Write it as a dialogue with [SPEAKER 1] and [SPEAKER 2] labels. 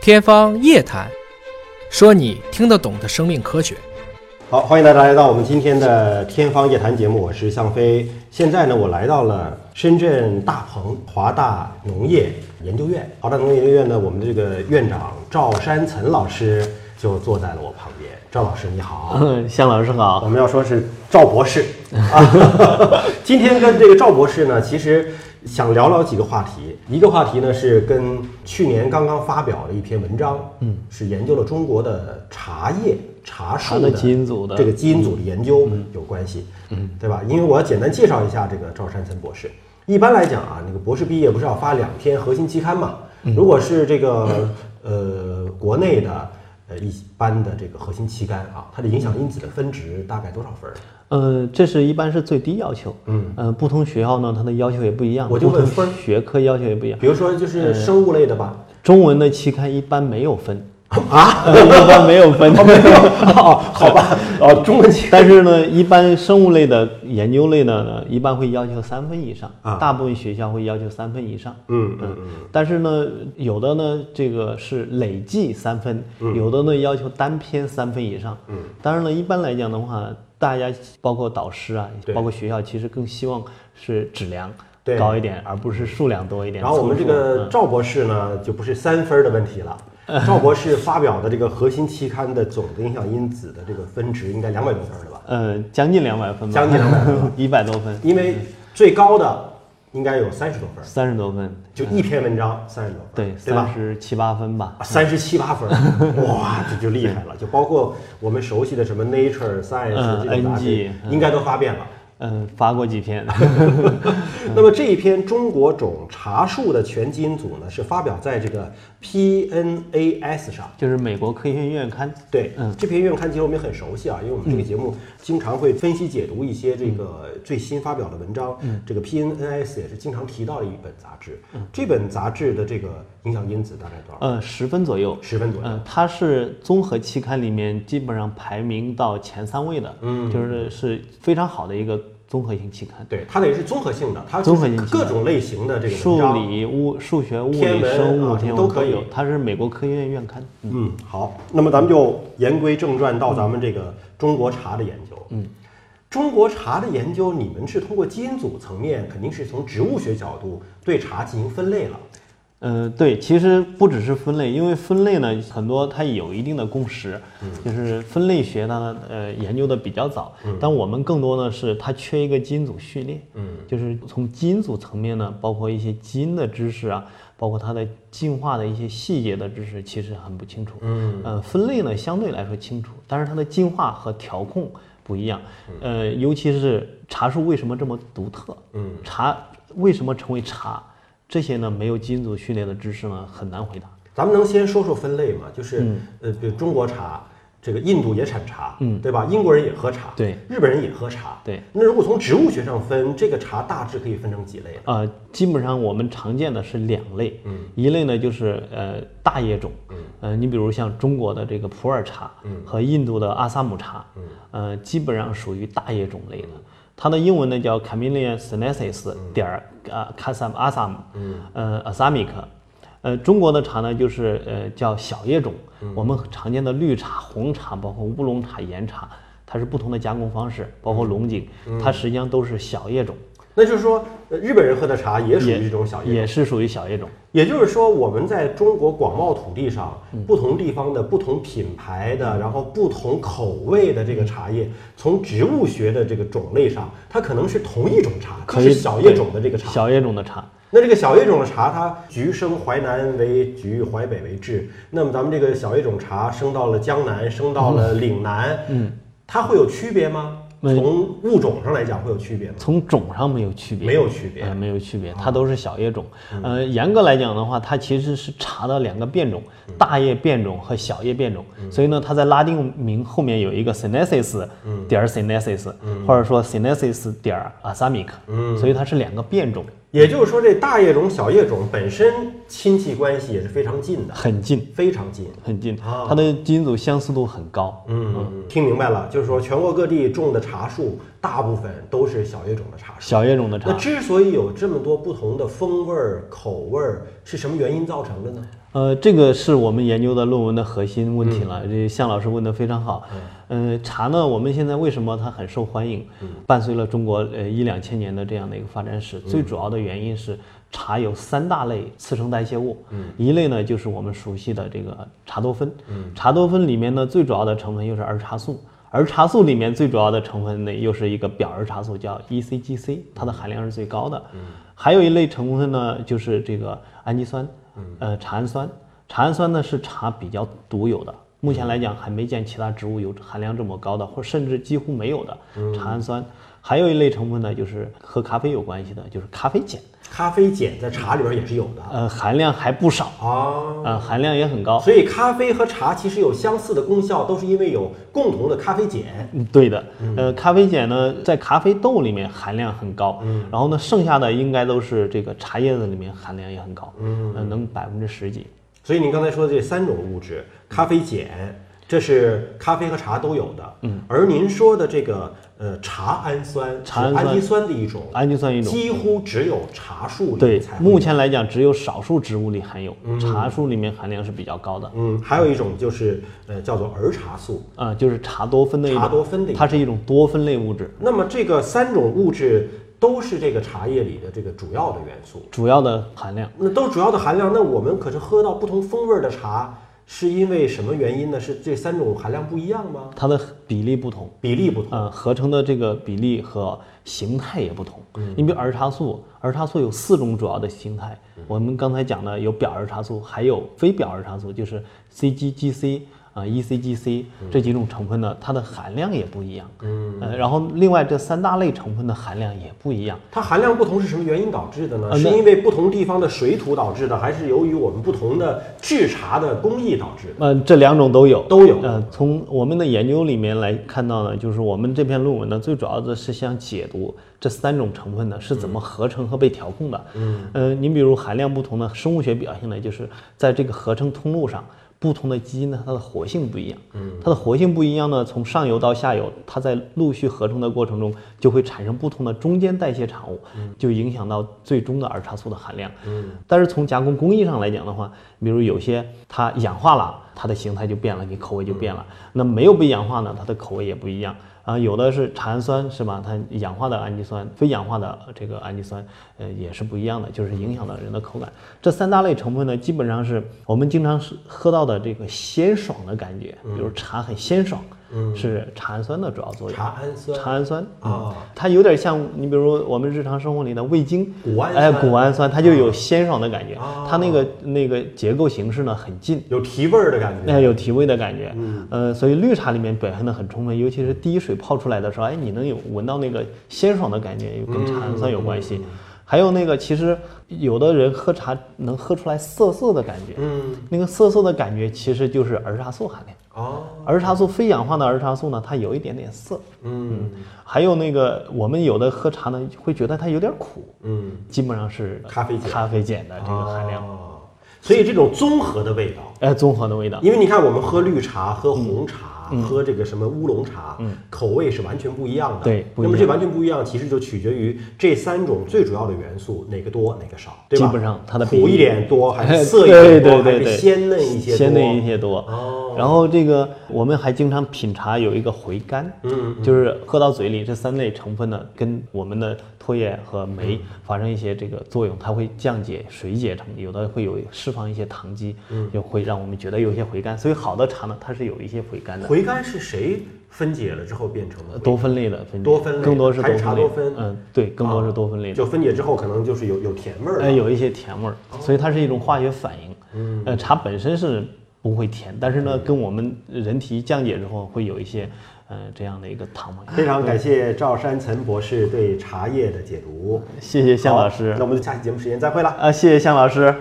[SPEAKER 1] 天方夜谭，说你听得懂的生命科学。
[SPEAKER 2] 好，欢迎大家来到我们今天的《天方夜谭》节目，我是向飞。现在呢，我来到了深圳大鹏华大农业研究院。华大农业研究院呢，我们的这个院长赵山岑老师就坐在了我旁边。赵老师，你好。
[SPEAKER 3] 嗯， 向老师好。
[SPEAKER 2] 我们要说是赵博士啊。今天跟这个赵博士呢，其实想聊聊几个话题。一个话题呢是跟去年刚刚发表的一篇文章，嗯，是研究了中国的茶叶、茶树
[SPEAKER 3] 茶的基因组的
[SPEAKER 2] 这个基因组的研究有关系，嗯，对吧？因为我要简单介绍一下这个赵山岑博士。一般来讲啊，那个博士毕业不是要发两篇核心期刊嘛？如果是这个呃国内的呃一般的这个核心期刊啊，它的影响因子的分值大概多少分儿？
[SPEAKER 3] 呃，这是一般是最低要求。嗯，呃，不同学校呢，它的要求也不一样，
[SPEAKER 2] 我就
[SPEAKER 3] 不同
[SPEAKER 2] 问分儿
[SPEAKER 3] 学科要求也不一样。
[SPEAKER 2] 比如说
[SPEAKER 3] 呃
[SPEAKER 2] 就是生物类的 吧，
[SPEAKER 3] 中文的期刊一般没有分啊，一般没有分，没有
[SPEAKER 2] 哦 好吧？哦，中文期
[SPEAKER 3] 但是呢，一般生物类的研究类的呢，一般会要求三分以上，
[SPEAKER 2] 啊
[SPEAKER 3] 大部分学校会要求三分以上。
[SPEAKER 2] 嗯
[SPEAKER 3] 嗯，但是呢，有的呢，这个是累计三分，
[SPEAKER 2] 嗯
[SPEAKER 3] 有的呢要求单篇三分以上。嗯，当然了，一般来讲的话，大家包括导师啊
[SPEAKER 2] 对，
[SPEAKER 3] 包括学校，其实更希望是质量
[SPEAKER 2] 对
[SPEAKER 3] 高一点，而不是数量多一点。
[SPEAKER 2] 然后我们这
[SPEAKER 3] 粗嗯数
[SPEAKER 2] 个赵博士呢，就不是三分儿的问题了。赵博士发表的这个核心期刊的总的影响因子的这个分值应该两百多分儿了吧？
[SPEAKER 3] 呃，将近两百分吧，
[SPEAKER 2] 将近200分，
[SPEAKER 3] 一百多分，
[SPEAKER 2] 因为最高的应该有三十多分儿，
[SPEAKER 3] 三十多分，
[SPEAKER 2] 就一篇文章三十多分
[SPEAKER 3] 对
[SPEAKER 2] 儿，，对
[SPEAKER 3] 三
[SPEAKER 2] 吧？啊
[SPEAKER 3] 十七八分吧。
[SPEAKER 2] 三十七八分儿，哇，这就厉害了。就包括我们熟悉的什么 Nature、Science
[SPEAKER 3] 嗯
[SPEAKER 2] 这种杂志
[SPEAKER 3] NG，，
[SPEAKER 2] 应该都发遍了。
[SPEAKER 3] 嗯，发过几篇，
[SPEAKER 2] 那么这一篇中国种茶树的全基因组呢，是发表在这个 PNAS 上。
[SPEAKER 3] 就是美国科学院刊。
[SPEAKER 2] 对，
[SPEAKER 3] 嗯
[SPEAKER 2] 这篇院刊其实我们也很熟悉啊，因为我们这个节目经常会分析解读一些这个最新发表的文章。
[SPEAKER 3] 嗯
[SPEAKER 2] 这个 PNAS 也是经常提到的一本杂志。这本杂志的这个影响因子大概多少？
[SPEAKER 3] 呃，十分左右。
[SPEAKER 2] 十分左右。
[SPEAKER 3] 呃，它是综合期刊里面基本上排名到前三位的，嗯，就是是非常好的一个综合性期刊。
[SPEAKER 2] 对，它得是综合性的，它
[SPEAKER 3] 综合性
[SPEAKER 2] 各种类型的这个文
[SPEAKER 3] 数
[SPEAKER 2] 章。
[SPEAKER 3] 理、物、数学、物
[SPEAKER 2] 天
[SPEAKER 3] 理、
[SPEAKER 2] 文
[SPEAKER 3] 生物、
[SPEAKER 2] 啊
[SPEAKER 3] 天
[SPEAKER 2] 都
[SPEAKER 3] 文
[SPEAKER 2] 可以
[SPEAKER 3] 有，它是美国科学院院刊。
[SPEAKER 2] 嗯，好，那么咱们就言归正传，到咱们这个中国茶的研究。嗯，中国茶的研究，你们是通过基因组层面，肯定是从植物学角度对茶进行分类了。
[SPEAKER 3] 呃，对，其实不只是分类，因为分类呢，很多它有一定的共识，就是分类学呢，呃，研究的比较早，但我们更多呢是它缺一个基因组序列，嗯，就是从基因组层面呢，包括一些基因的知识啊，包括它的进化的一些细节的知识，其实很不清楚，嗯，呃，分类呢相对来说清楚，但是它的进化和调控不一样，呃，尤其是茶树为什么这么独特，嗯，茶为什么成为茶？这些呢，没有基因组序列的知识呢，很难回答。
[SPEAKER 2] 咱们能先说说分类吗？就是、
[SPEAKER 3] 嗯
[SPEAKER 2] 呃，比如中国茶，这个印度也产茶，嗯，对吧？英国人也喝茶，
[SPEAKER 3] 对，
[SPEAKER 2] 日本人也喝茶，
[SPEAKER 3] 对。
[SPEAKER 2] 那如果从植物学上分，这个茶大致可以分成几类呢？
[SPEAKER 3] 呃，基本上我们常见的是两类，嗯，一类呢就是呃大叶种，嗯，呃，你比如像中国的这个普洱茶，嗯，和印度的阿萨姆茶，嗯，呃，基本上属于大叶种类的。它的英文呢叫 Camellia sinensis 点儿啊 c a s a m asam，嗯，呃 asamic，呃，中国的茶呢，就是呃叫小叶种，我们常见的绿茶、红茶，包括乌龙茶、岩茶，它是不同的加工方式，包括龙井，它实际上都是嗯小叶种，
[SPEAKER 2] 那就是说，呃日本人喝的茶也属于
[SPEAKER 3] 也
[SPEAKER 2] 这种小叶
[SPEAKER 3] 也是属于小叶种。
[SPEAKER 2] 也就是说，我们在中国广袤土地上，不同地方的不同品牌的，然后不同口味的这个茶叶，从植物学的这个种类上，它可能是同一种茶，
[SPEAKER 3] 可以
[SPEAKER 2] 就是小叶种的这个茶。
[SPEAKER 3] 小叶种的茶，
[SPEAKER 2] 那这个小叶种的茶，它橘生淮南为橘，淮北为枳。那么咱们这个小叶种茶升到了江南，升到了岭南，嗯，它会有区别吗？
[SPEAKER 3] 没
[SPEAKER 2] 从物种上来讲会有区别吗？
[SPEAKER 3] 从种上没有区别，
[SPEAKER 2] 没有区别啊嗯
[SPEAKER 3] 呃没有区别，它都是小叶种。呃，严格来讲的话，它其实是茶的两个变种，
[SPEAKER 2] 嗯
[SPEAKER 3] 大叶变种和小叶变种。所以呢，它在拉丁名后面有一个 sinensis
[SPEAKER 2] 嗯
[SPEAKER 3] 点儿 sinensis，或者说 sinensis 点儿 asamic，所
[SPEAKER 2] 嗯
[SPEAKER 3] 以它是两个变种，
[SPEAKER 2] 也就是说，这大叶种、小叶种本身亲戚关系也是非常近的，
[SPEAKER 3] 很近
[SPEAKER 2] 非常近。
[SPEAKER 3] 很近，
[SPEAKER 2] 啊
[SPEAKER 3] 它的基因组相似度很高。
[SPEAKER 2] 嗯，听明白了，就是说全国各地种的茶树大部分都是小叶种的茶树。
[SPEAKER 3] 小叶种的茶
[SPEAKER 2] 那，之所以有这么多不同的风味儿、口味儿，是什么原因造成的呢？
[SPEAKER 3] 呃，这个是我们研究的论文的核心问题了。这向老师问得非常好。嗯、呃，茶呢，我们现在为什么它很受欢迎？伴随了中国呃一两千年的这样的一个发展史，最主要的原因是茶有三大类次生代谢物。一类呢就是我们熟悉的这个茶多酚。茶多酚里面呢最主要的成分又是儿茶素。儿茶素里面最主要的成分呢，又是一个表儿茶素，叫 E ECGC，它的含量是最高的。还有一类成分呢，就是这个氨基酸，呃，茶氨酸。茶氨酸呢是茶比较独有的，目前来讲还没见其他植物有含量这么高的，或甚至几乎没有的茶氨酸。还有一类成分呢，就是和咖啡有关系的，就是咖啡碱，
[SPEAKER 2] 咖啡碱在茶里边也是有的
[SPEAKER 3] 呃，含量还不少，
[SPEAKER 2] 啊。
[SPEAKER 3] 呃，含量也很高。
[SPEAKER 2] 所以咖啡和茶其实有相似的功效，都是因为有共同的咖啡碱。
[SPEAKER 3] 嗯，对的，呃，咖啡碱呢在咖啡豆里面含量很高，然后呢剩下的应该都是这个茶叶子里面含量也很高，嗯，呃、能百分之十几。
[SPEAKER 2] 所以您刚才说的这三种物质，咖啡碱，这是咖啡和茶都有的。嗯，而您说的这个呃茶氨酸，
[SPEAKER 3] 茶氨酸
[SPEAKER 2] 氨基酸的一种，
[SPEAKER 3] 氨基酸一种，
[SPEAKER 2] 几乎只有茶树里
[SPEAKER 3] 对
[SPEAKER 2] 才，会有
[SPEAKER 3] 目前来讲只有少数植物里含有，茶树里面含量是比较高的，
[SPEAKER 2] 嗯，还有一种就是呃叫做儿茶素，
[SPEAKER 3] 呃，就是茶多酚的一
[SPEAKER 2] 茶
[SPEAKER 3] 种，
[SPEAKER 2] 多酚的一种。
[SPEAKER 3] 它是一种多酚类物质，
[SPEAKER 2] 那么这个三种物质都是这个茶叶里的这个主要的元素，
[SPEAKER 3] 主要的含量。
[SPEAKER 2] 那都是主要的含量。那我们可是喝到不同风味儿的茶，是因为什么原因呢？是这三种含量不一样吗？
[SPEAKER 3] 它的比例不同，
[SPEAKER 2] 比例不同。
[SPEAKER 3] 呃，合成的这个比例和形态也不同。
[SPEAKER 2] 嗯
[SPEAKER 3] 你比如儿茶素，儿茶素有四种主要的形态。
[SPEAKER 2] 嗯
[SPEAKER 3] 我们刚才讲的有表儿茶素，还有非表儿茶素，就是 CGGC 啊、ECGC
[SPEAKER 2] 嗯
[SPEAKER 3] 这几种成分呢，它的含量也不一样。嗯，呃，然后另外这三大类成分的含量也不一样。
[SPEAKER 2] 它含量不同是什么原因导致的呢？
[SPEAKER 3] 呃
[SPEAKER 2] 是
[SPEAKER 3] 那
[SPEAKER 2] 因为不同地方的水土导致的，还是由于我们不同的制茶的工艺导致的？
[SPEAKER 3] 呃，这两种都有，
[SPEAKER 2] 都有
[SPEAKER 3] 呃，从我们的研究里面来看到呢，就是我们这篇论文呢，最主要的是想解读这三种成分呢是怎么合成和被调控的。嗯，呃，您比如含量不同的生物学表现呢，就是在这个合成通路上。不同的基因呢，它的活性不一样。嗯，它的活性不一样呢，从上游到下游，它在陆续合成的过程中，就会产生不同的中间代谢产物，就影响到最终的儿茶素的含量。嗯，但是从加工工艺上来讲的话，比如有些它氧化了，它的形态就变了，你口味就变了。
[SPEAKER 2] 嗯
[SPEAKER 3] 那没有被氧化呢，它的口味也不一样。啊，有的是茶氨酸是吧？它氧化的氨基酸，非氧化的这个氨基酸，呃，也是不一样的，就是影响到人的口感。这三大类成分呢，基本上是我们经常是喝到的这个鲜爽的感觉，比如茶很鲜爽，是茶氨酸的主要作
[SPEAKER 2] 嗯
[SPEAKER 3] 用。
[SPEAKER 2] 茶氨酸
[SPEAKER 3] 茶氨酸
[SPEAKER 2] 啊，
[SPEAKER 3] 它有点像你比如我们日常生活里的味精，
[SPEAKER 2] 谷氨
[SPEAKER 3] 哎，
[SPEAKER 2] 酸
[SPEAKER 3] 谷氨酸，它就有鲜爽的感觉，
[SPEAKER 2] 啊
[SPEAKER 3] 它那个那个结构形式呢很近。
[SPEAKER 2] 有提味儿的感觉。
[SPEAKER 3] 那有提味的感觉，
[SPEAKER 2] 嗯
[SPEAKER 3] 呃，所以绿茶里面表现的很充分，尤其是滴水泡出来的时候，哎，你能有闻到那个鲜爽的感觉，有跟茶氨酸有关系。
[SPEAKER 2] 嗯
[SPEAKER 3] 还有那个，其实有的人喝茶能喝出来涩涩的感觉，
[SPEAKER 2] 嗯，
[SPEAKER 3] 那个涩涩的感觉其实就是儿茶素含量。
[SPEAKER 2] 哦，
[SPEAKER 3] 儿茶素非氧化的儿茶素呢，它有一点点涩，
[SPEAKER 2] 嗯
[SPEAKER 3] 还有那个我们有的喝茶呢会觉得它有点苦，
[SPEAKER 2] 嗯，
[SPEAKER 3] 基本上是
[SPEAKER 2] 咖啡碱
[SPEAKER 3] 咖啡碱的这个含量，
[SPEAKER 2] 哦。所以这种综合的味道，
[SPEAKER 3] 哎，综合的嗯味道。
[SPEAKER 2] 因为你看我们喝绿茶、喝红茶、喝这个什么乌龙茶，口味是完全不一样的。
[SPEAKER 3] 嗯对不一
[SPEAKER 2] 那
[SPEAKER 3] 样
[SPEAKER 2] 么这完全不一样，其实就取决于这三种最主要的元素哪个多哪个少，对吧？
[SPEAKER 3] 基本上它的比例
[SPEAKER 2] 苦一点多，还 是涩一
[SPEAKER 3] 对
[SPEAKER 2] 点
[SPEAKER 3] 对
[SPEAKER 2] 多，还
[SPEAKER 3] 对对，
[SPEAKER 2] 是鲜嫩一些多？
[SPEAKER 3] 鲜嫩一些多。
[SPEAKER 2] 哦
[SPEAKER 3] 然后这个我们还经常品茶有一个回甘，嗯，就是喝到嘴里这三类成分呢，跟我们的唾液和酶发生一些这个作用，它会降解、水解成，有的会有释放一些糖基，
[SPEAKER 2] 嗯
[SPEAKER 3] 就会让我们觉得有一些回甘。所以好的茶呢，它是有一些回甘的，
[SPEAKER 2] 回甘是谁分解了之后变成的？
[SPEAKER 3] 多酚类的分解
[SPEAKER 2] 多酚类的
[SPEAKER 3] 更多是
[SPEAKER 2] 还
[SPEAKER 3] 多
[SPEAKER 2] 是茶
[SPEAKER 3] 酚类
[SPEAKER 2] 多酚
[SPEAKER 3] 的，嗯，对，更多是多酚类的。
[SPEAKER 2] 就分解之后可能就是哦有有甜味儿了。
[SPEAKER 3] 呃，有一些甜味儿，所以它是一种化学反应。嗯，呃，茶本身是不会甜，但是呢，
[SPEAKER 2] 嗯
[SPEAKER 3] 跟我们人体降解之后会有一些，呃，这样的一个糖分。
[SPEAKER 2] 非常感谢赵山岑博士对茶叶的解读，
[SPEAKER 3] 谢谢向老师
[SPEAKER 2] 好那，我们就下期节目时间再会了。
[SPEAKER 3] 啊，谢谢向老师。